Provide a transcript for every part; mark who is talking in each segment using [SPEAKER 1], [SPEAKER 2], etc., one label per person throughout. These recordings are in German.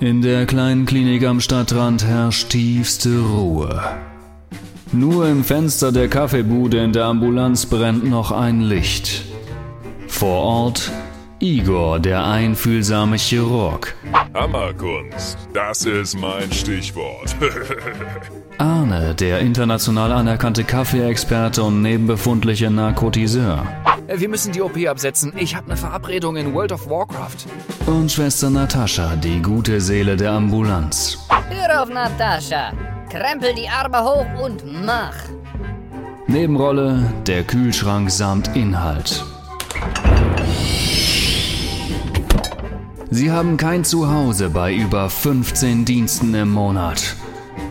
[SPEAKER 1] In der kleinen Klinik am Stadtrand herrscht tiefste Ruhe. Nur im Fenster der Kaffeebude in der Ambulanz brennt noch ein Licht. Vor Ort Igor, der einfühlsame Chirurg.
[SPEAKER 2] Hammerkunst, das ist mein Stichwort.
[SPEAKER 1] Arne, der international anerkannte Kaffeeexperte und nebenbefundliche Narkotiseur.
[SPEAKER 3] Wir müssen die OP absetzen. Ich habe eine Verabredung in World of Warcraft.
[SPEAKER 1] Und Schwester Natascha, die gute Seele der Ambulanz.
[SPEAKER 4] Hör auf, Natascha. Krempel die Arme hoch und mach.
[SPEAKER 1] Nebenrolle, der Kühlschrank samt Inhalt. Sie haben kein Zuhause bei über 15 Diensten im Monat.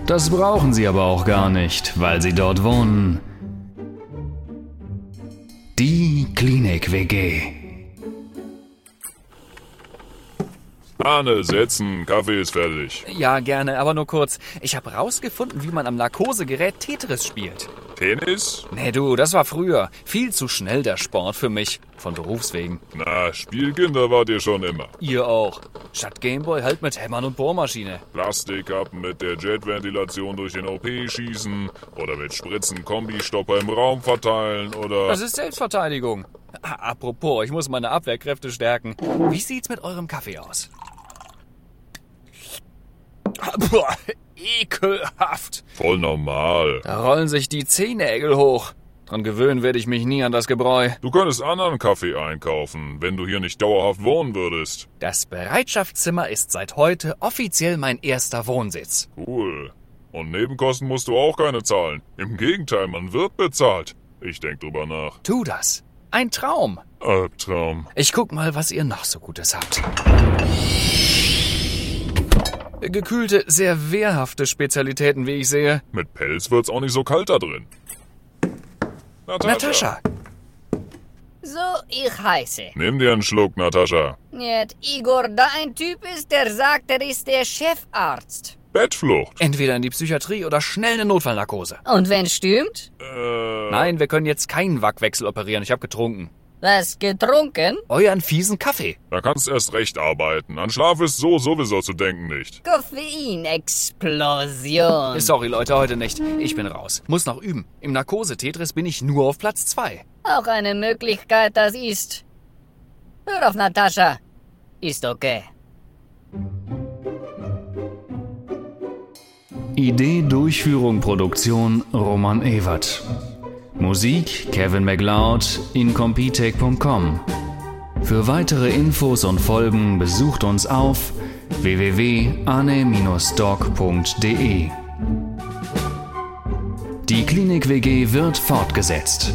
[SPEAKER 1] Das brauchen sie aber auch gar nicht, weil sie dort wohnen. Die Klinik WG.
[SPEAKER 2] Arne, setzen, Kaffee ist fertig.
[SPEAKER 3] Ja, gerne, aber nur kurz. Ich habe rausgefunden, wie man am Narkosegerät Tetris spielt.
[SPEAKER 2] Tennis?
[SPEAKER 3] Nee, du, das war früher. Viel zu schnell der Sport für mich. Von Berufs wegen.
[SPEAKER 2] Na, Spielkinder wart ihr schon immer.
[SPEAKER 3] Ihr auch. Statt Gameboy halt mit Hämmern und Bohrmaschine.
[SPEAKER 2] Plastikkappen mit der Jetventilation durch den OP schießen oder mit Spritzen Kombistopper im Raum verteilen oder...
[SPEAKER 3] Das ist Selbstverteidigung. Ah, Apropos, ich muss meine Abwehrkräfte stärken. Wie sieht's mit eurem Kaffee aus? Boah, ekelhaft.
[SPEAKER 2] Voll normal.
[SPEAKER 3] Da rollen sich die Zehennägel hoch. Dran gewöhnen werde ich mich nie an das Gebräu.
[SPEAKER 2] Du könntest anderen Kaffee einkaufen, wenn du hier nicht dauerhaft wohnen würdest.
[SPEAKER 3] Das Bereitschaftszimmer ist seit heute offiziell mein erster Wohnsitz.
[SPEAKER 2] Cool. Und Nebenkosten musst du auch keine zahlen. Im Gegenteil, man wird bezahlt. Ich denk drüber nach.
[SPEAKER 3] Tu das. Ein Traum.
[SPEAKER 2] Albtraum.
[SPEAKER 3] Ich guck mal, was ihr noch so Gutes habt. Gekühlte, sehr wehrhafte Spezialitäten, wie ich sehe.
[SPEAKER 2] Mit Pelz wird's auch nicht so kalt da drin.
[SPEAKER 3] Natascha,
[SPEAKER 4] So, ich heiße.
[SPEAKER 2] Nimm dir einen Schluck, Natascha.
[SPEAKER 4] Jetzt, Igor, da ein Typ ist, der sagt, er ist der Chefarzt.
[SPEAKER 2] Bettflucht.
[SPEAKER 3] entweder in die Psychiatrie oder schnell eine Notfallnarkose.
[SPEAKER 4] Und wenn stimmt?
[SPEAKER 2] Äh,
[SPEAKER 3] Nein, wir können jetzt keinen Wackwechsel operieren. Ich habe getrunken.
[SPEAKER 4] Was getrunken?
[SPEAKER 3] Euren fiesen Kaffee.
[SPEAKER 2] da kannst erst recht arbeiten. An Schlaf ist so sowieso zu denken nicht.
[SPEAKER 4] Koffeinexplosion.
[SPEAKER 3] Sorry, Leute, heute nicht. Ich bin raus. Muss noch üben. Im Narkose-Tetris bin ich nur auf Platz zwei.
[SPEAKER 4] Auch eine Möglichkeit, das ist. Hör auf, Natascha. Ist okay.
[SPEAKER 1] Idee, Durchführung, Produktion Roman Ewert. Musik Kevin MacLeod, incompetech.com. Für weitere Infos und Folgen besucht uns auf www.ane-doc.de. Die Klinik WG wird fortgesetzt.